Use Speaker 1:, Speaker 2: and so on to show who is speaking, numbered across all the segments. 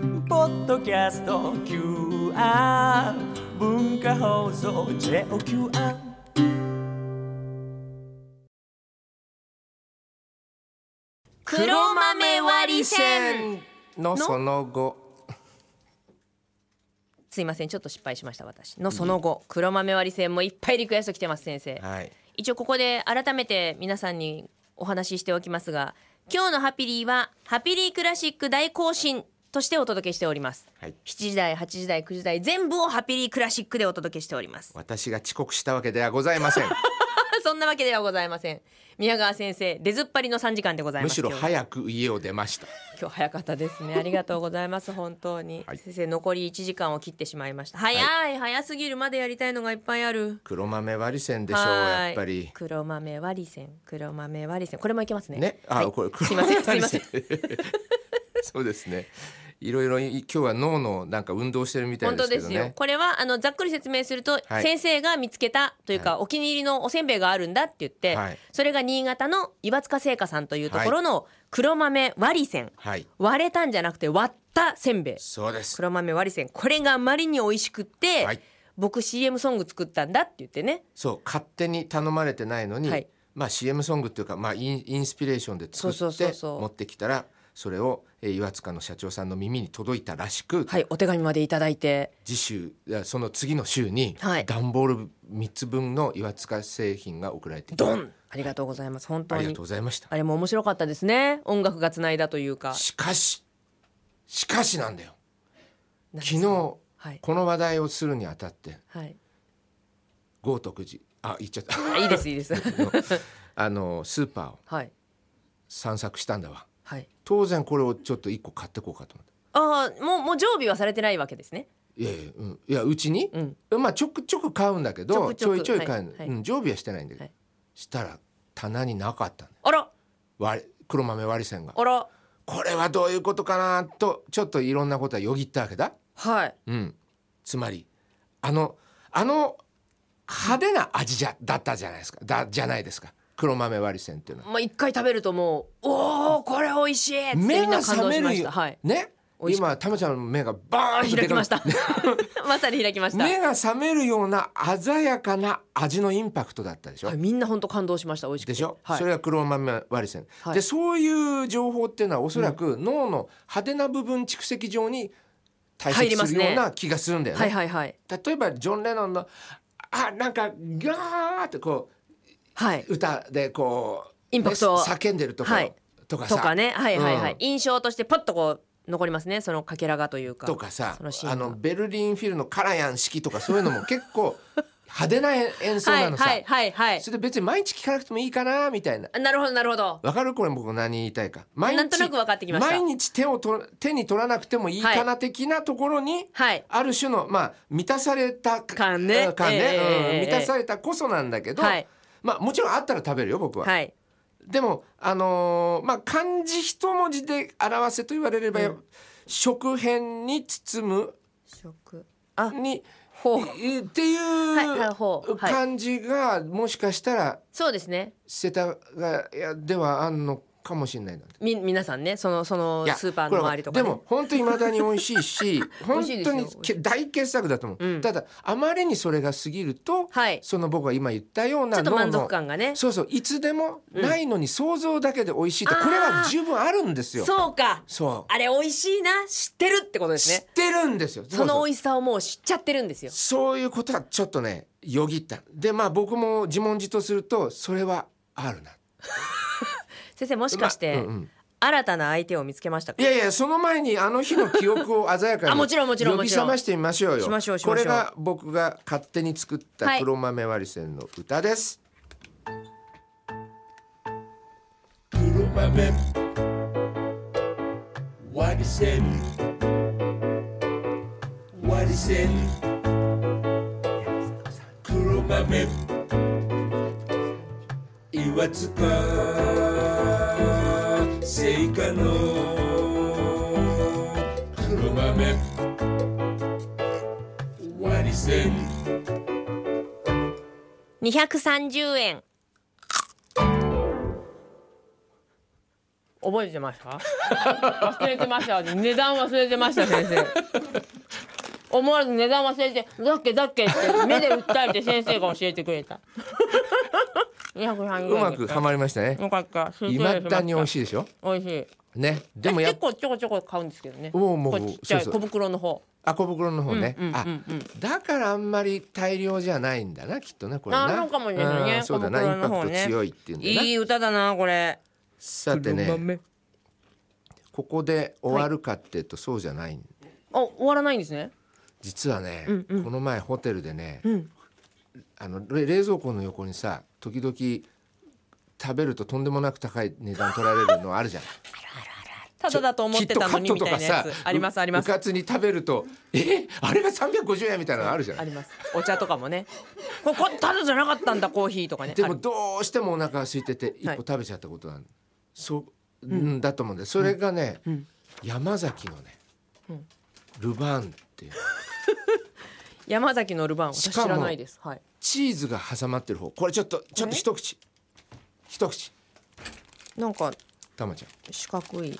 Speaker 1: ッドキャスト QR 文化放送 JOQR
Speaker 2: 黒豆割り線
Speaker 3: のその後
Speaker 2: すいませんちょっと失敗しました私のその後黒豆割り線もいっぱいリクエスト来てます先生
Speaker 3: はい
Speaker 2: 一応ここで改めて皆さんにお話ししておきますが今日のハピリーはハピリークラシック大行進としてお届けしております、
Speaker 3: はい
Speaker 2: 7時台8時台9時台全部をハピリークラシックでお届けしております
Speaker 3: 私が遅刻したわけではございません
Speaker 2: そんなわけではございません宮川先生出ずっぱりの3時間でございま
Speaker 3: む
Speaker 2: す
Speaker 3: しろ
Speaker 2: 今日
Speaker 3: 早く家を出ました
Speaker 2: 今日早かったですねありがとうございます本当に、
Speaker 3: はい
Speaker 2: 先生残り1時間を切ってしまいました早い、早すぎるまでやりたいのがいっぱいある
Speaker 3: 黒豆割り線でしょう
Speaker 2: はい
Speaker 3: やっぱり
Speaker 2: 黒豆割り線黒豆割り線これもいけますね
Speaker 3: ねあ、
Speaker 2: はい
Speaker 3: これ
Speaker 2: すいませんすいません
Speaker 3: そうですねいろいろい今日は脳のなんか運動してるみたい
Speaker 2: 本当
Speaker 3: ですけ
Speaker 2: で
Speaker 3: ど
Speaker 2: すよ
Speaker 3: ね
Speaker 2: これはあのざっくり説明すると、
Speaker 3: はい
Speaker 2: 先生が見つけたというか、お気に入りのおせんべいがあるんだって言って、
Speaker 3: はい
Speaker 2: それが新潟の岩塚製菓さんというところの黒豆割り線、
Speaker 3: はい
Speaker 2: 割れたんじゃなくて割ったせんべい
Speaker 3: そうです
Speaker 2: 黒豆割り線これがあまりに美味しくって、
Speaker 3: はい
Speaker 2: 僕 CM ソング作ったんだって言ってね
Speaker 3: そう勝手に頼まれてないのに、
Speaker 2: はい
Speaker 3: まあ CM ソングっていうかまあインインスピレーションで作
Speaker 2: そう
Speaker 3: っ
Speaker 2: そうそう
Speaker 3: て
Speaker 2: そう
Speaker 3: 持ってきたらそれをえー岩塚の社長さんの耳に届いたらしく、
Speaker 2: はいお手紙までいただいて
Speaker 3: 次週いやその次の週に
Speaker 2: はい
Speaker 3: 段ボール3つ分の岩塚製品が送られてきた
Speaker 2: ドンありがとうございます本当
Speaker 3: ありが
Speaker 2: に
Speaker 3: とうございました
Speaker 2: あれも面白かったですね音楽がつないだというか
Speaker 3: しかししかしなんだよ
Speaker 2: なんです
Speaker 3: 昨日、
Speaker 2: はい
Speaker 3: この話題をするにあたって
Speaker 2: はい
Speaker 3: 豪徳寺あ言っちゃ った
Speaker 2: あいいですいいです
Speaker 3: あのスーパーを
Speaker 2: はい
Speaker 3: 散策したんだわ
Speaker 2: はい
Speaker 3: 当然これをちょっと1個買ってこうかと思って
Speaker 2: ああもうもう常備はされてないわけですね
Speaker 3: いやいや,、うん、いやうちに、
Speaker 2: うん
Speaker 3: まあちょくちょく買うんだけ
Speaker 2: ちょ
Speaker 3: ど
Speaker 2: く
Speaker 3: ち
Speaker 2: ちょ
Speaker 3: ょ
Speaker 2: く
Speaker 3: いちょい買うの、
Speaker 2: はいはい
Speaker 3: うん、常備はしてないんだけど、
Speaker 2: はい
Speaker 3: したら棚になかったんだよ
Speaker 2: あら
Speaker 3: 割れ黒豆割り線が
Speaker 2: あら
Speaker 3: これはどういうことかなとちょっといろんなことはよぎったわけだ、
Speaker 2: はい
Speaker 3: うん、つまりあのあの派手な味じゃだったじゃないですかだじゃないですか黒豆割り線っていうのは
Speaker 2: まあ一回食べるともうおおこれ美味しいっつってみんな感動しましたはい
Speaker 3: ね
Speaker 2: 美味しく
Speaker 3: 今タメちゃんの目がバ
Speaker 2: あ
Speaker 3: ー
Speaker 2: 開
Speaker 3: ンと
Speaker 2: き
Speaker 3: でかく
Speaker 2: ま した まさに開きました、
Speaker 3: 目が覚めるような鮮やかな味のインパクトだったでしょ、
Speaker 2: はい、みんな本当感動しました美味しくて
Speaker 3: でしょ、
Speaker 2: はい
Speaker 3: それが黒豆割り線、
Speaker 2: はい
Speaker 3: でそういう情報っていうのはおそらく脳の派手な部分蓄積上に堆
Speaker 2: 入り
Speaker 3: 積
Speaker 2: ますす
Speaker 3: る
Speaker 2: ね
Speaker 3: ような気がするんだよね
Speaker 2: はいはいはい
Speaker 3: 例えばジョン・レノンの「あなんかガーってこ
Speaker 2: はいう
Speaker 3: 歌でこう
Speaker 2: インパクト
Speaker 3: ね叫んでるとこ、
Speaker 2: はい
Speaker 3: とかさ
Speaker 2: とかねはいはいはい、
Speaker 3: うん
Speaker 2: 印象としてパッとこう残りますねそのかけらがというか
Speaker 3: とかさ
Speaker 2: そのシー
Speaker 3: あ
Speaker 2: ンが
Speaker 3: のベルリンフィルのカラヤン式とかそういうのも結構 派手な演奏なのさ、
Speaker 2: はいはいはいはい
Speaker 3: それで別に毎日聴かなくてもいいかなみたいな
Speaker 2: あなるほどなるほど
Speaker 3: わかるこれ僕何言いたいか毎日
Speaker 2: なんとなく分かってきました
Speaker 3: 毎日手をと手に取らなくてもいいかな的なところに、
Speaker 2: はい
Speaker 3: ある種のまあ満たされた
Speaker 2: 感ね
Speaker 3: うん感ね
Speaker 2: ええ
Speaker 3: うん
Speaker 2: ええ
Speaker 3: 満たされたこそなんだけど、
Speaker 2: はい
Speaker 3: まあもちろんあったら食べるよ僕は、
Speaker 2: はい
Speaker 3: でもあのーまあ漢字一文字で表せと言われれば、食編に包
Speaker 2: 食あ
Speaker 3: むに
Speaker 2: ほう
Speaker 3: えって
Speaker 2: はいはいほ
Speaker 3: いうう
Speaker 2: はい
Speaker 3: 感じがもしかしたら
Speaker 2: そうですね
Speaker 3: 世田谷ではあんのかもしれないな
Speaker 2: み皆さんねそのその
Speaker 3: いや
Speaker 2: スーパーの周りとか、ね、
Speaker 3: これはでも本当に未だに美味し いし
Speaker 2: 美
Speaker 3: 本
Speaker 2: 味しいです
Speaker 3: 当
Speaker 2: よ
Speaker 3: にけ大傑作だと思う、
Speaker 2: うん
Speaker 3: ただあまりにそれが過ぎると、
Speaker 2: はい
Speaker 3: その僕が今言ったよう
Speaker 2: ちょ
Speaker 3: な
Speaker 2: っと満足
Speaker 3: の
Speaker 2: 感がね
Speaker 3: そうそういつでもないのに想像だけで美味しいって、
Speaker 2: あー
Speaker 3: これは十分あるんですよ
Speaker 2: そうか
Speaker 3: そう
Speaker 2: あれ美味しいな知ってるってことです
Speaker 3: 知っ
Speaker 2: ね
Speaker 3: てるんですよ
Speaker 2: その
Speaker 3: そうそう
Speaker 2: 美味しさをもう知っちゃってるんですよ
Speaker 3: そういうことはちょっとねよぎったでまあ僕も自問自答するとそれはあるな
Speaker 2: 先生もしかして、
Speaker 3: まあうんうん
Speaker 2: 新たな相手を見つけましたか
Speaker 3: いやいやその前にあの日の記憶 を鮮やか
Speaker 2: あ
Speaker 3: に
Speaker 2: もちろんもちろん
Speaker 3: 呼び覚ましてみましょうよ
Speaker 2: しましょうしましょう
Speaker 3: これが僕が勝手に作っ
Speaker 2: は
Speaker 3: た
Speaker 2: い
Speaker 3: 黒豆割り線の歌です、
Speaker 4: 黒豆割り線割り線黒豆岩塚製菓の黒豆割り線
Speaker 2: 230円覚えてました忘れてました値段忘れてました先生思わず値段忘れて「だっけだっけ」って目で訴えて先生が教えてくれた230円
Speaker 3: うまくはまりましたね
Speaker 2: よかったすごい
Speaker 3: いまだに美味
Speaker 2: い
Speaker 3: しいでしょ
Speaker 2: 美味しい
Speaker 3: ねでもや
Speaker 2: 結構ちょこちょこ買うんですけどね
Speaker 3: もうもう
Speaker 2: これちっちゃい
Speaker 3: そうそ
Speaker 2: 小
Speaker 3: う
Speaker 2: 袋の方
Speaker 3: あ小袋の方ね、
Speaker 2: うんうんうん
Speaker 3: あだからあんまり大量じゃないんだなきっとねこれ
Speaker 2: あ
Speaker 3: な
Speaker 2: そうかもしれないね
Speaker 3: うんそうだな、
Speaker 2: 小
Speaker 3: イ
Speaker 2: 袋
Speaker 3: ン
Speaker 2: の
Speaker 3: パ
Speaker 2: 方
Speaker 3: ク
Speaker 2: ね
Speaker 3: ト強いっていうんだない
Speaker 2: い歌だなこれ
Speaker 3: さてねここで終わるかっていうとそうじゃない、
Speaker 2: あ終わらないんですね
Speaker 3: 実はね、
Speaker 5: うんうん
Speaker 3: この前ホテルでね、
Speaker 5: ん
Speaker 3: あのれ冷蔵庫の横にさ時々食べるととんでもなく高い値段取られるのある じゃん
Speaker 2: ただだと思ってたのにみたいなやつありますありま
Speaker 3: う
Speaker 2: す
Speaker 3: かつに食べるとえあれが350円みたいなのあるじゃん
Speaker 2: ありますお茶とかもねこれこれただじゃなかったんだコーヒーとかね
Speaker 3: で
Speaker 2: あ
Speaker 3: も
Speaker 2: る
Speaker 3: どうしてもお腹が空いてて一個
Speaker 2: はい
Speaker 3: 食べちゃったことなん、そう、うん、だと思うんでそれがね、
Speaker 2: ん
Speaker 3: 山崎のね、ルバーンっていう
Speaker 2: 山崎のルバン私
Speaker 3: し
Speaker 2: 知
Speaker 3: かも
Speaker 2: らないですはい
Speaker 3: チーズが挟まってる方これちょっとちょっと一口一口
Speaker 2: なんか
Speaker 3: たまちゃん
Speaker 2: 四角い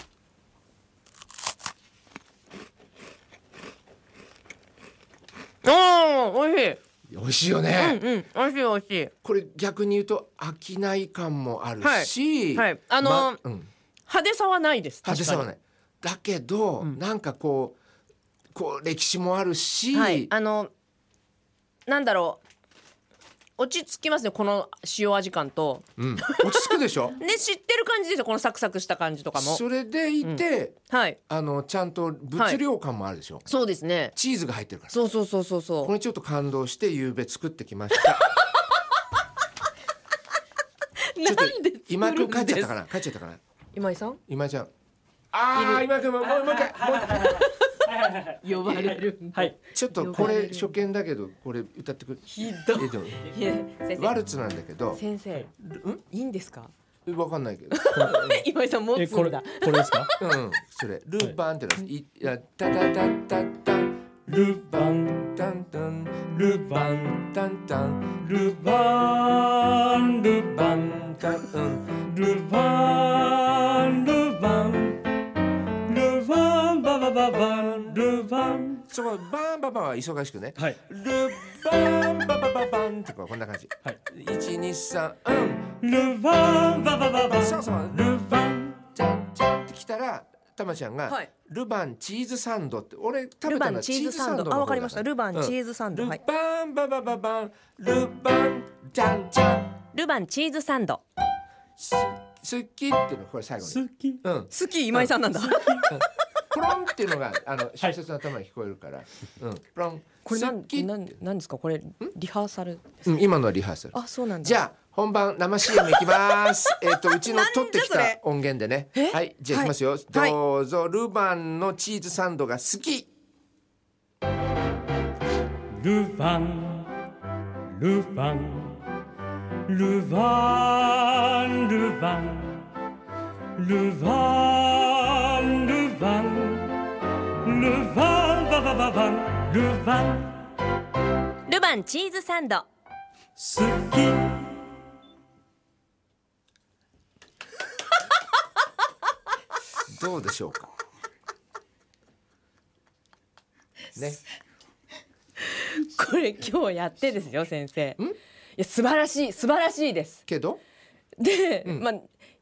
Speaker 2: あー美味
Speaker 3: 美味しいよね、
Speaker 2: しいうん美味しい美味しい
Speaker 3: これ逆に言うと飽きない感もあるし、
Speaker 2: はいはいあのー
Speaker 3: まうん、
Speaker 2: 派手さはないです
Speaker 3: 派手さはないいだけど、なんかこうこう歴史もあるし、
Speaker 2: はいあのなんだろう落ち着きますねこの塩味感と
Speaker 3: うん、落ち着くでしょ
Speaker 2: ね知ってる感じですよこのサクサクした感じとかも
Speaker 3: それでいて、
Speaker 2: はい
Speaker 3: あのちゃんと物量感もあるでしょ、
Speaker 2: そうですね
Speaker 3: チーズが入ってるから
Speaker 2: そうそうそうそうそう
Speaker 3: これちょっと感動して昨べ作ってきました ちょ
Speaker 2: な
Speaker 3: っと
Speaker 2: んで作るんです
Speaker 3: 今井君帰っちゃったかな帰っちゃったかな
Speaker 2: 今井さん
Speaker 3: 今井ちゃんああ今井君もうもうもう一回もう一回
Speaker 2: 呼ばれる
Speaker 1: はい
Speaker 3: ちょっとこれ初見だけどこれ歌ってくる
Speaker 2: ひどい
Speaker 3: えでも
Speaker 2: いや先
Speaker 3: ワ
Speaker 2: 生
Speaker 3: ルツなんだけど
Speaker 2: 先生いいんですか
Speaker 3: わかんないけど
Speaker 2: 今井さん持
Speaker 1: え
Speaker 2: つ
Speaker 1: こ
Speaker 2: ん
Speaker 1: れ
Speaker 2: だ
Speaker 1: これですか
Speaker 3: うんそれルーバンってなんですいやタタタタタンルーバンタンタンルーバンタンタン
Speaker 1: ルバンルバン
Speaker 3: タンうん
Speaker 1: ルバンルバンルバンババババンルバン
Speaker 3: そこバンバンバンは忙しくね
Speaker 1: はい
Speaker 3: ルーバンバンバンバンってこうこんな感じ
Speaker 1: はい
Speaker 3: 一二三うん
Speaker 1: ルバンババババ
Speaker 3: そうそう
Speaker 1: ルバン
Speaker 3: ちゃんちゃんってきたらたまちゃんが、
Speaker 2: はい
Speaker 3: ルバンチーズサンドって俺食べ
Speaker 5: ル
Speaker 3: た
Speaker 5: バ
Speaker 3: の
Speaker 5: ン
Speaker 3: は
Speaker 5: チーズサンド
Speaker 3: の
Speaker 5: あ
Speaker 3: 方
Speaker 5: わかりました
Speaker 3: だ
Speaker 5: ルバンチー
Speaker 3: ズ
Speaker 5: ズサンド、
Speaker 3: ル
Speaker 5: はい
Speaker 3: バンババババンルバンちゃんちゃん
Speaker 5: ルバンチーズサンド
Speaker 3: す好きっていうのこれ最後に
Speaker 1: 好き
Speaker 3: うん
Speaker 2: 好き今井さんなんだ
Speaker 3: プロンっていうのがあの小説の頭に聞こえるから、うんプロン
Speaker 2: これなん
Speaker 3: 好きって
Speaker 2: なんなんですかこれリハーサル
Speaker 3: うん今のはリハーサル
Speaker 2: あそうなんだ
Speaker 3: じゃあ本番生 CM いき ます。えっとうちの取ってき
Speaker 2: なん
Speaker 3: た
Speaker 2: で
Speaker 3: 音源でね。はいじゃあいきますよ。どうぞルバンのチーズサンドが好き。
Speaker 1: ルバンルバンルバンルバンルバンルバンルバンババババンルバン
Speaker 5: ルバンチーズサンド
Speaker 1: 好き
Speaker 3: どうでしょうか。ね。
Speaker 2: これ今日やってですよ先生いや素晴らしい素晴らしいです
Speaker 3: けど
Speaker 2: で、まあ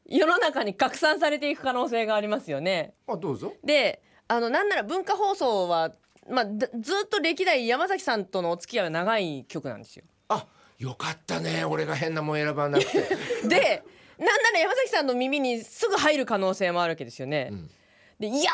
Speaker 2: 世の中に拡散されていく可能性がありますよね
Speaker 3: あどうぞ。
Speaker 2: であのなんなら文化放送は、まあ、だずっと歴代山崎さんとのお付き合いは長い曲なんですよ。
Speaker 3: あよかったね。俺が変なもん選ばなくて。
Speaker 2: でなんなら山崎さんの耳にすぐ入る可能性もあるわけですよね。でいや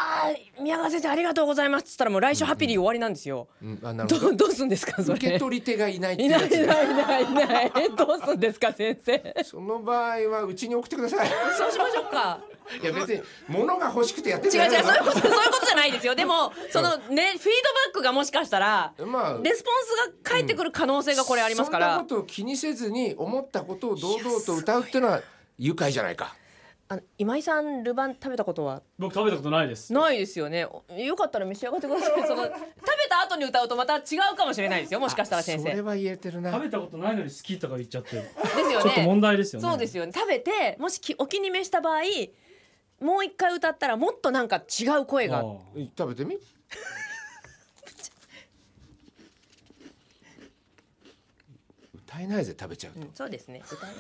Speaker 2: ー宮川先生ありがとうございますっつったらもう来週ハッピーリー終わりなんですよ。
Speaker 3: うんあなるほ
Speaker 2: ど
Speaker 3: ど。
Speaker 2: どうすんですかそれ。
Speaker 3: 受け取り手がいないって
Speaker 2: い
Speaker 3: や
Speaker 2: ない
Speaker 3: つ
Speaker 2: いないいないいないえどうすんですか先生。
Speaker 3: その場合はうちに送ってく ださい。
Speaker 2: そうしましょうか。
Speaker 3: いや別に物が欲しくてやってん
Speaker 2: 違
Speaker 3: じ
Speaker 2: う
Speaker 3: ゃ
Speaker 2: 違
Speaker 3: な
Speaker 2: う
Speaker 3: い
Speaker 2: そういう
Speaker 3: の
Speaker 2: ことそういうことじゃないですよ。でもそのねフィードバックがもしかしたら。
Speaker 3: まあ
Speaker 2: レスポンスが返ってくる可能性がこれありますから、
Speaker 3: そんなことを気にせずに思ったことを堂々と歌うっていうのは愉快じゃないか
Speaker 2: あの今井さんルバン食べたことは
Speaker 1: 僕食べたことないです
Speaker 2: ないですよねおよかったら召し上がってくださいその食べた後に歌うとまた違うかもしれないですよもしかしたら先
Speaker 3: それ
Speaker 2: 生
Speaker 3: は言えてるな
Speaker 1: 食べたことないのに好きとか言っちゃってる
Speaker 2: ですよ
Speaker 1: ちょっと問
Speaker 2: ね
Speaker 1: 題ですよね
Speaker 2: そうですよね食べてもしきお気に召した場合もう一回歌ったらもっとなんか違う声が
Speaker 3: 食べてみ歌えないぜ食べちゃうと、
Speaker 2: そうですね歌える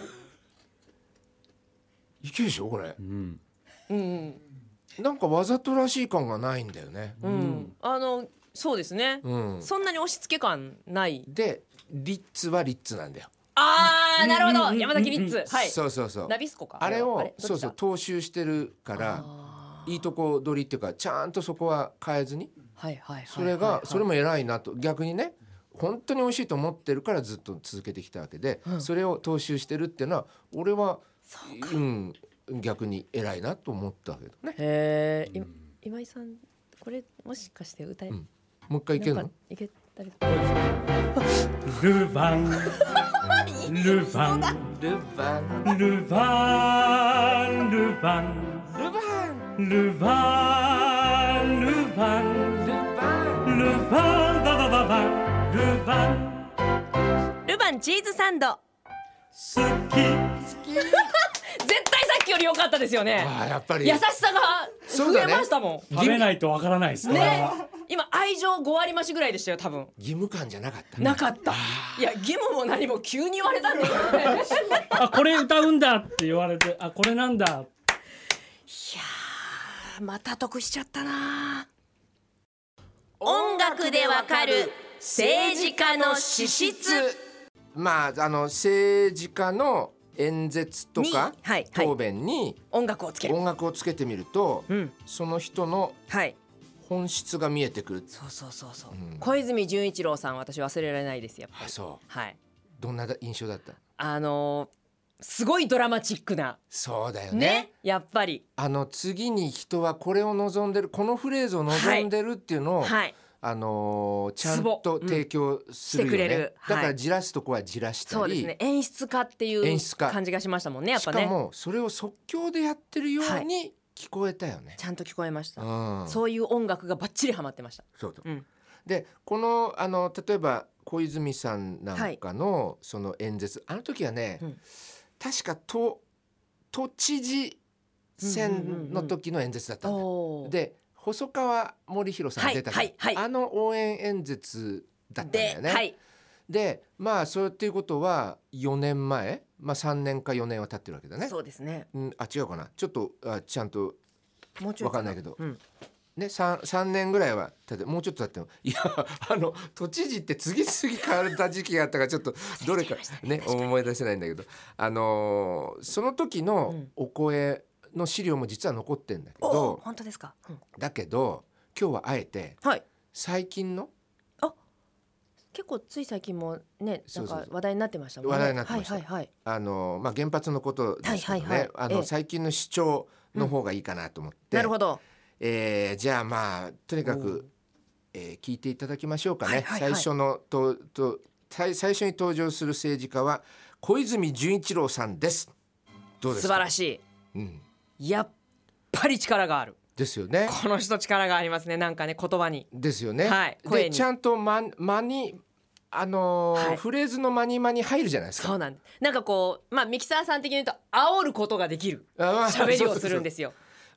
Speaker 3: いけるでしょこれ
Speaker 1: うん
Speaker 6: うん
Speaker 3: なんかわざとらしい感がないんだよね
Speaker 6: うん、うん、
Speaker 2: あのそうですね、
Speaker 3: うん、
Speaker 2: そんなに押し付け感ない
Speaker 3: でリッツはリッツなんだよ、
Speaker 2: あーなるほ
Speaker 1: う
Speaker 2: ど
Speaker 1: ん
Speaker 2: 山崎リッツはい
Speaker 3: そうそうそう
Speaker 2: ナビスコか
Speaker 3: あれを
Speaker 2: どっちだ
Speaker 3: そうそう踏襲してるからいいとこ取りっていうかちゃんとそこは変えずに
Speaker 2: はいはいはい
Speaker 3: それが、それも偉いなと逆にね本当に美味しいと思ってるからずっと続けてきたわけで、それを踏襲してるっていうのは俺はうん逆に偉いなと思ったけどね
Speaker 2: へえ今井さんこれもしかして歌え
Speaker 3: んもう一回いける
Speaker 2: なん
Speaker 3: の
Speaker 2: かいけたり
Speaker 1: Le vin, le vin,
Speaker 3: ルバン
Speaker 1: le vin, le vin,
Speaker 3: ルバン
Speaker 1: le vin, le vin,
Speaker 3: ルバン
Speaker 1: le vin, va, va, va, va, le vin.
Speaker 2: ルバンチーズサンド
Speaker 1: Ski,
Speaker 2: 絶対さっきより良かったですよね
Speaker 3: あーやっぱり
Speaker 2: 優しさが
Speaker 3: そう
Speaker 2: 増
Speaker 3: だ
Speaker 2: え
Speaker 3: ね
Speaker 2: ましたも
Speaker 1: 食べないとわからないです
Speaker 2: ん
Speaker 1: これ
Speaker 2: ね
Speaker 1: は
Speaker 2: 今愛情5割増しぐらいでしたよ多分
Speaker 3: 義務感じゃなかった
Speaker 2: なかったいや義務も何も急に言われたんですよね
Speaker 1: あこれ歌うんだって言われてあこれなんだ
Speaker 2: また得しちゃったな音楽でわかる政治家の資質
Speaker 3: まああの政治家の演説とか
Speaker 2: に、はいはい
Speaker 3: 答弁に
Speaker 2: 音楽をつける
Speaker 3: 音楽をつけてみると、
Speaker 2: うん
Speaker 3: その人の
Speaker 2: はい
Speaker 3: 本質が見えてくる
Speaker 2: そうそうそうそう、
Speaker 3: うん
Speaker 2: 小泉純一郎さん私忘れられないですよ
Speaker 3: あそう
Speaker 2: はい
Speaker 3: どんな印象だった
Speaker 2: あのーすごいドラマチックな
Speaker 3: そうだよね
Speaker 2: ねやっぱり
Speaker 3: あの次に人はこれを望んでるこのフレーズを望んでるっていうのを、
Speaker 2: はい
Speaker 3: あのーちゃん
Speaker 2: ツボ
Speaker 3: と
Speaker 2: うん
Speaker 3: 提供する
Speaker 2: して
Speaker 3: よ
Speaker 2: くれ
Speaker 3: ね、
Speaker 2: るはい
Speaker 3: だからじらすとこはじらしたり
Speaker 2: そうですね演出家っていう
Speaker 3: 演出家
Speaker 2: 感じがしましたもんねやっ
Speaker 3: し
Speaker 2: ぱ
Speaker 3: か
Speaker 2: ね
Speaker 3: もそれを即興でやってるように聞こえたよね、
Speaker 2: ちゃんと聞こえました、
Speaker 3: うん
Speaker 2: そういう音楽がバッチリハマってました
Speaker 3: そうと、
Speaker 2: うん
Speaker 3: でこのあの例えば小泉さんなんかの、その演説あの時はね、
Speaker 2: うん
Speaker 3: 確か都都知事選の時の演説だったんだよ、
Speaker 2: おー
Speaker 3: で細川森弘さんが出たじゃん
Speaker 2: はいはいはい
Speaker 3: あの応援演説だったんだよね。
Speaker 2: ではい
Speaker 3: でまあそうっていうことは4年前、まあ、3年か4年は経ってるわけだね。
Speaker 2: そうですね
Speaker 3: うん、あ違うかなちょっとあちゃんと
Speaker 2: もうちょい
Speaker 3: わかんないけど、
Speaker 2: うん
Speaker 3: ね、3, 三年ぐらいは経ってもうちょっと経ってもいやあの都知事って次々変わった時期があったからちょっと どれかね思い出せないんだけど、あのーその時のお声の資料も実は残ってんだけ
Speaker 2: お
Speaker 3: ど
Speaker 2: ー、本当ですか、うん
Speaker 3: だけど今日はあえて
Speaker 2: はい
Speaker 3: 最近の
Speaker 2: 結構つい最近もねな
Speaker 3: そ
Speaker 2: ん
Speaker 3: うそうそう
Speaker 2: か話題になってましたもんね
Speaker 3: 話題になってました
Speaker 2: はいはいはい
Speaker 3: あのー、まあ、原発のことですけ
Speaker 2: は
Speaker 3: どね、
Speaker 2: いはいはい
Speaker 3: あ
Speaker 2: え
Speaker 3: の
Speaker 2: え
Speaker 3: 最近の主張の方がいいかなと思って、
Speaker 2: なるほど
Speaker 3: えーじゃあまあとにかく、えー聞いていただきましょうかね、
Speaker 2: はいはいはい
Speaker 3: 最初のとと最最初に登場する政治家は小泉純一郎さんですどうで
Speaker 2: 素
Speaker 3: す
Speaker 2: 晴
Speaker 3: から
Speaker 2: し
Speaker 3: うん、
Speaker 2: いやっぱり力がある
Speaker 3: ですよね
Speaker 2: この人力がありますねなんかね言葉に
Speaker 3: ですよね、
Speaker 2: はい声
Speaker 3: で
Speaker 2: に
Speaker 3: ちゃんと間間にあのー
Speaker 2: はい
Speaker 3: フレーズの間に間に入るじゃないですか
Speaker 2: そうなんですなんかこうまあミキサーさん的に言うと煽ることができる
Speaker 3: あまあ
Speaker 2: 喋りをす
Speaker 3: そうそうそ
Speaker 2: る
Speaker 3: うん
Speaker 2: ですよ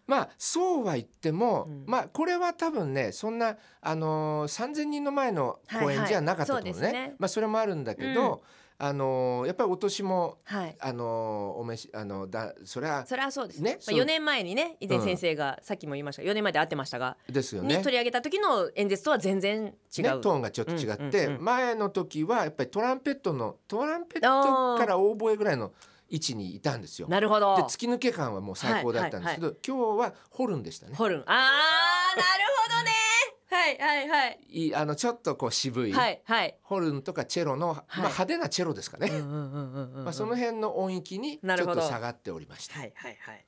Speaker 3: まあそうは言っても、
Speaker 2: うん
Speaker 3: まあこれは多分ねそんなあのー、3,000人の前の公演じゃなかったと
Speaker 2: はいはいそう
Speaker 3: 思うね,、
Speaker 2: ですね
Speaker 3: まあそれもあるんだけど、あのーやっぱりお年も
Speaker 2: はい
Speaker 3: あのーお召しあのだそれは
Speaker 2: それはそうです
Speaker 3: ね
Speaker 2: ね、ま
Speaker 3: そ
Speaker 2: あ、
Speaker 3: う
Speaker 2: 4年前にね以前先生が、さっきも言いましたが4年前で会ってましたが、
Speaker 3: ですよ
Speaker 2: に
Speaker 3: ね。
Speaker 2: 取り上げた時の演説とは全然違う、
Speaker 3: ね、トーンがちょっと違って、
Speaker 2: うんうんうん
Speaker 3: 前の時はやっぱりトランペットのトランペットからオーボエぐらいの位置にいたんですよ。で
Speaker 2: なるほど
Speaker 3: 突き抜け感はもう最高だったんですけど、今日はホルンでしたね。
Speaker 2: ホルンあーなるほどねはいはいはい
Speaker 3: いいあのちょっとこう渋い、
Speaker 2: はいはい、
Speaker 3: ホルンとかチェロの、まあ、派手なチェロですかね。
Speaker 2: うんうんうんうんうん
Speaker 3: まあ、その辺の音域にち
Speaker 2: なる
Speaker 3: ょ
Speaker 2: ほ
Speaker 3: っ
Speaker 2: ど
Speaker 3: と下がっておりました。
Speaker 2: はいはいはい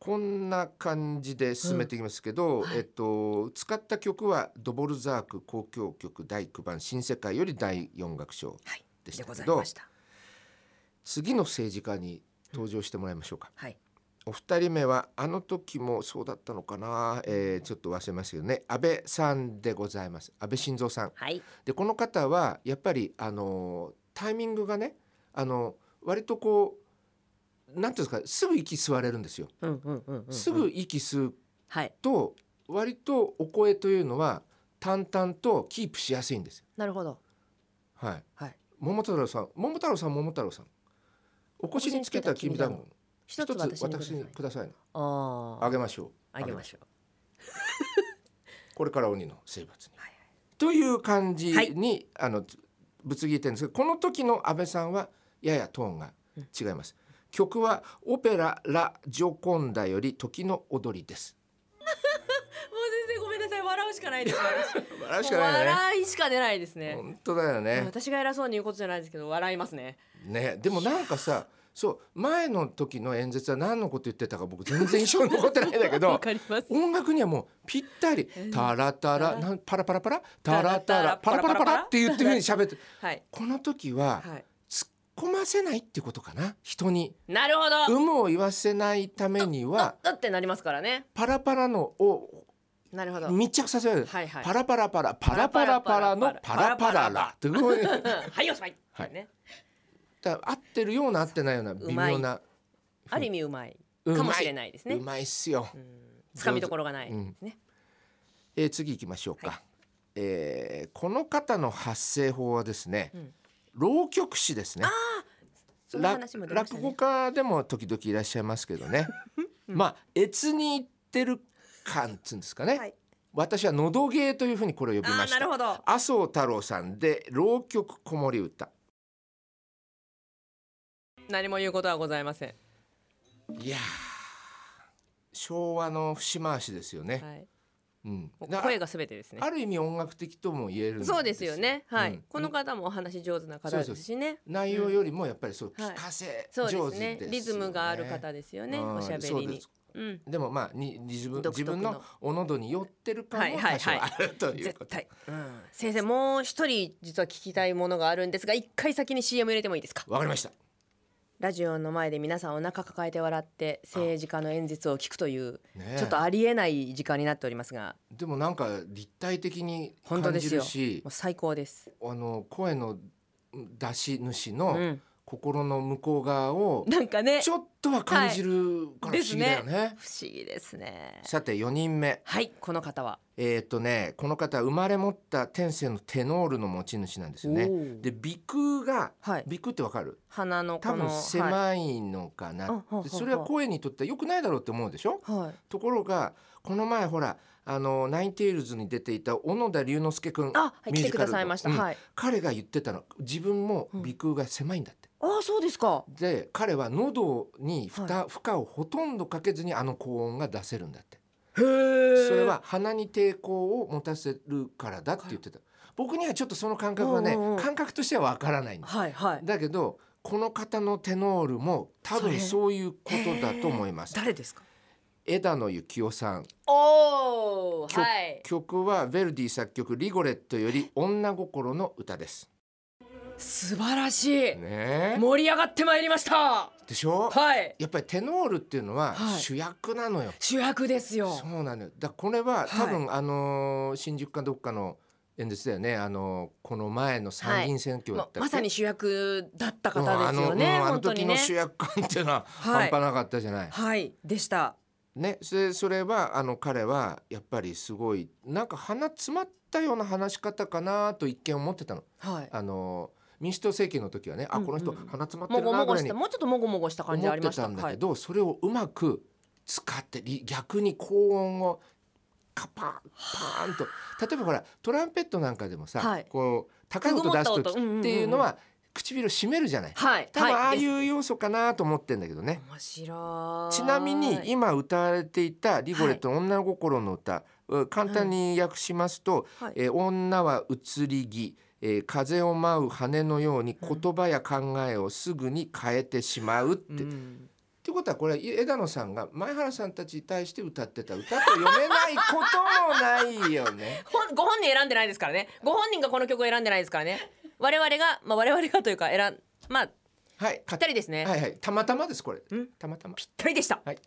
Speaker 3: こんな感じで進めていきますけど、えっと、使った曲はドボルザーク交響曲第9番「新世界」より第4楽章
Speaker 2: はい
Speaker 3: でし
Speaker 2: で
Speaker 3: た
Speaker 2: ご
Speaker 3: け
Speaker 2: ざい
Speaker 3: ど、
Speaker 2: ました
Speaker 3: 次の政治家に登場してもらいましょうか。
Speaker 2: はい
Speaker 3: お二人目はあの時もそうだったのかな、えーちょっと忘れましたけどね安倍さんでございます安倍晋三さん。
Speaker 2: はい
Speaker 3: でこの方はやっぱりあのタイミングがねあの割とこうなんていうんですかすぐ息吸われるんですよ。
Speaker 2: うんうんうんうん
Speaker 3: すぐ息吸う
Speaker 2: はい
Speaker 3: と割とお声というのは淡々とキープしやすいんですよ。
Speaker 2: なるほど
Speaker 3: はい。
Speaker 2: はい
Speaker 3: 桃太郎さん桃太郎さん桃太郎さんお腰につけた君だもん
Speaker 2: 一つ私にください
Speaker 3: にくださいな
Speaker 2: あ
Speaker 3: あげましょう
Speaker 2: ああげましょう
Speaker 3: これから鬼の征伐に、という感じに、あのつぶつ切ってるんですけどこの時の安倍さんはややトーンが違います、曲はオペララジョコンダより時の踊りです
Speaker 2: もう全然ごめんなさい笑うしかないですね
Speaker 3: 笑うしかないよね
Speaker 2: 笑いしか出ないですね
Speaker 3: 本当だよね
Speaker 2: 私が偉そうに言うことじゃないですけど笑いますね
Speaker 3: ねでもなんかさそう前の時の演説は何のこと言ってたか僕全然印象に残ってないんだけど
Speaker 2: わかります
Speaker 3: 音楽にはもうぴったり「タラタラ」なん「パラパラパラ」「タラタラ」「パ
Speaker 2: タラタ
Speaker 3: ラパラ
Speaker 2: ラ
Speaker 3: パラ」って言ってるふうに喋って
Speaker 2: はい
Speaker 3: この時は
Speaker 2: はい
Speaker 3: 突っ込ませないってことかな人に
Speaker 2: なるほど
Speaker 3: 有無を言わせないためには
Speaker 2: だってなりますからね
Speaker 3: パラパラのを
Speaker 2: なるほどうん
Speaker 3: 密着させる、
Speaker 2: はいはい
Speaker 3: パラパラパラパラパラパラのパ
Speaker 2: パ
Speaker 3: ラ
Speaker 2: ラ
Speaker 3: パ
Speaker 2: パラパラ
Speaker 3: ララってこういう だか
Speaker 2: はいおしまい
Speaker 3: はい
Speaker 2: ね
Speaker 3: ら合ってるような合ってないような微妙な
Speaker 2: ある意味うまい
Speaker 3: うん
Speaker 2: かもしれないですね
Speaker 3: うまいっすよ、
Speaker 2: つかみどころがないですね
Speaker 3: えー次行きましょうか、えーこの方の発声法はですね、浪曲師ですね
Speaker 2: その話も出ました
Speaker 3: 落語
Speaker 2: ね
Speaker 3: 家でも時々いらっしゃいますけど ね、まあ越に行ってる感っつうんですかね、
Speaker 2: はい
Speaker 3: 私は喉芸というふうにこれを呼びま
Speaker 2: あー
Speaker 3: し
Speaker 2: なる
Speaker 3: た
Speaker 2: ほど
Speaker 3: 麻生太郎さんで浪曲子守歌
Speaker 2: 何も言うことはございません
Speaker 3: いやー昭和の節回しですよね、
Speaker 2: はい
Speaker 3: うん
Speaker 2: もう
Speaker 3: な
Speaker 2: 声がすべてですね
Speaker 3: ある意味音楽的とも言えるんです
Speaker 2: そうですよねは
Speaker 3: う
Speaker 2: い
Speaker 3: ん
Speaker 2: この方もお話上手な方ですしね
Speaker 3: 内容よりもやっぱりそう
Speaker 2: うん
Speaker 3: 聞かせ
Speaker 2: そう
Speaker 3: 上手です,、
Speaker 2: ですねリズムがある方ですよね
Speaker 3: うん
Speaker 2: おしゃべ
Speaker 3: そう
Speaker 2: り
Speaker 3: で
Speaker 2: に
Speaker 3: す
Speaker 2: うん
Speaker 3: でもまあに自分
Speaker 2: 独
Speaker 3: 自
Speaker 2: 特の
Speaker 3: 分のお喉に寄ってる感も
Speaker 2: はいは
Speaker 3: 多
Speaker 2: いは
Speaker 3: 少
Speaker 2: い
Speaker 3: あるという
Speaker 2: 絶
Speaker 3: こと、
Speaker 2: 対うん先生もう一人実は聞きたいものがあるんですが一回先に CM 入れてもいいですか
Speaker 3: わかりました
Speaker 2: ラジオの前で皆さんお腹抱えて笑って政治家の演説を聞くという
Speaker 3: ねえ
Speaker 2: ちょっとありえない時間になっておりますが
Speaker 3: でもなんか立体的に
Speaker 2: 本当
Speaker 3: 感
Speaker 2: で
Speaker 3: じ
Speaker 2: す
Speaker 3: る
Speaker 2: よ
Speaker 3: し
Speaker 2: もう最高です
Speaker 3: あの声の出し主
Speaker 2: う
Speaker 3: の
Speaker 2: ん
Speaker 3: 心の向こう側を
Speaker 2: なんかね
Speaker 3: ち
Speaker 2: 不
Speaker 3: ょっとは感じるから不思議だよね,、
Speaker 2: 思議ですね
Speaker 3: さて4人目
Speaker 2: はいこの方は
Speaker 3: えっ、とねこの方は生まれ持った天性のテノールの持ち主なんですよね
Speaker 2: おー
Speaker 3: で鼻腔が、
Speaker 2: はい
Speaker 3: 鼻腔ってわかる
Speaker 2: 鼻の
Speaker 3: 多
Speaker 2: この
Speaker 3: 分
Speaker 2: は
Speaker 3: 狭いのかな、
Speaker 2: あはあはあ
Speaker 3: でそれは声にとっては良くないだろうって思うでしょ
Speaker 2: い、はい
Speaker 3: ところがこの前ほらあのナインテールズに出ていた小野田龍之介くん
Speaker 2: あ、はい、
Speaker 3: ミュ
Speaker 2: 来
Speaker 3: ー
Speaker 2: てく
Speaker 3: ジカ
Speaker 2: だ
Speaker 3: ル
Speaker 2: さい
Speaker 3: の
Speaker 2: ました、
Speaker 3: うん
Speaker 2: はい
Speaker 3: 彼が言ってたの自分も鼻腔が狭いんだって、
Speaker 2: ああそうですか
Speaker 3: で彼は喉に負担、負荷をほとんどかけずにあの高音が出せるんだって
Speaker 2: へえ
Speaker 3: それは鼻に抵抗を持たせるからだって言ってた僕にはちょっとその感覚はね
Speaker 2: うんうんうん
Speaker 3: 感覚としてはわからないんです
Speaker 2: はいはい
Speaker 3: だけどこの方のテノールも多
Speaker 2: そ
Speaker 3: 分
Speaker 2: れ
Speaker 3: そういうことだと思います
Speaker 2: 誰ですか
Speaker 3: 枝野幸男さん
Speaker 2: おお
Speaker 3: 曲,、
Speaker 2: はい
Speaker 3: 曲はヴェルディ作曲「リゴレット」より「女心の歌」です。
Speaker 2: 素晴らしい、
Speaker 3: ねえ
Speaker 2: 盛り上がってまいりました
Speaker 3: でしょ、
Speaker 2: はい
Speaker 3: やっぱりテノールっていうのは
Speaker 2: はい
Speaker 3: 主役なのよ。
Speaker 2: 主役ですよ
Speaker 3: そうなのよだからこれは多分、あのー新宿かどっかの演説だよね、あのーこの前の参議院選挙だ
Speaker 2: ま
Speaker 3: ったっけ
Speaker 2: まさに主役だった
Speaker 3: うん
Speaker 2: 方ですよね、
Speaker 3: あの,、うん、あの
Speaker 2: 本当
Speaker 3: 時
Speaker 2: にね
Speaker 3: の主役感っていうのは半
Speaker 2: はい
Speaker 3: 端なかったじゃない。
Speaker 2: はいでした
Speaker 3: ね、それそれはあの彼はやっぱりすごいなんか鼻詰まったような話し方かなと一見思ってたの。
Speaker 2: はい
Speaker 3: あの民主党政権の時はね、
Speaker 2: うん
Speaker 3: あこの人鼻詰まって
Speaker 2: も
Speaker 3: る
Speaker 2: ご
Speaker 3: な
Speaker 2: も
Speaker 3: ぐ
Speaker 2: ご
Speaker 3: ら
Speaker 2: し
Speaker 3: いに
Speaker 2: て
Speaker 3: 思
Speaker 2: もうちょっともごもごした感じあ
Speaker 3: っ
Speaker 2: り
Speaker 3: て
Speaker 2: ました
Speaker 3: たんだけど、それをうまく使ってり逆に高音をカパンパーンと例えばほらトランペットなんかでもさ、
Speaker 2: はい
Speaker 3: こう高い音出す
Speaker 2: くぐもった
Speaker 3: 時
Speaker 2: 音うんうんうんうん
Speaker 3: っていうのは唇を閉めるじゃない。
Speaker 2: はい
Speaker 3: 多分
Speaker 2: はい
Speaker 3: ああい
Speaker 2: で
Speaker 3: う要素かなと思ってんだけどね。
Speaker 2: す面白い
Speaker 3: ちなみに今歌われていた「リゴレットの女心の歌」う簡単に訳しますと「
Speaker 2: はい
Speaker 3: えー女は移り気」えー風を舞う羽のように言葉や考えをすぐに変えてしまう」って。
Speaker 2: うん。
Speaker 3: ってことはこれ枝野さんが前原さんたちに対して歌ってた歌と読めないこともないよね
Speaker 2: ほんご本人選んでないですからねご本人がこの曲を選んでないですからね我々がまあ我々がというか選んまあぴ
Speaker 3: はい、ぴ
Speaker 2: ったりですね
Speaker 3: はいはい、たまたまですこれ
Speaker 2: ん。
Speaker 3: たまたま。
Speaker 2: ったりでした
Speaker 3: はい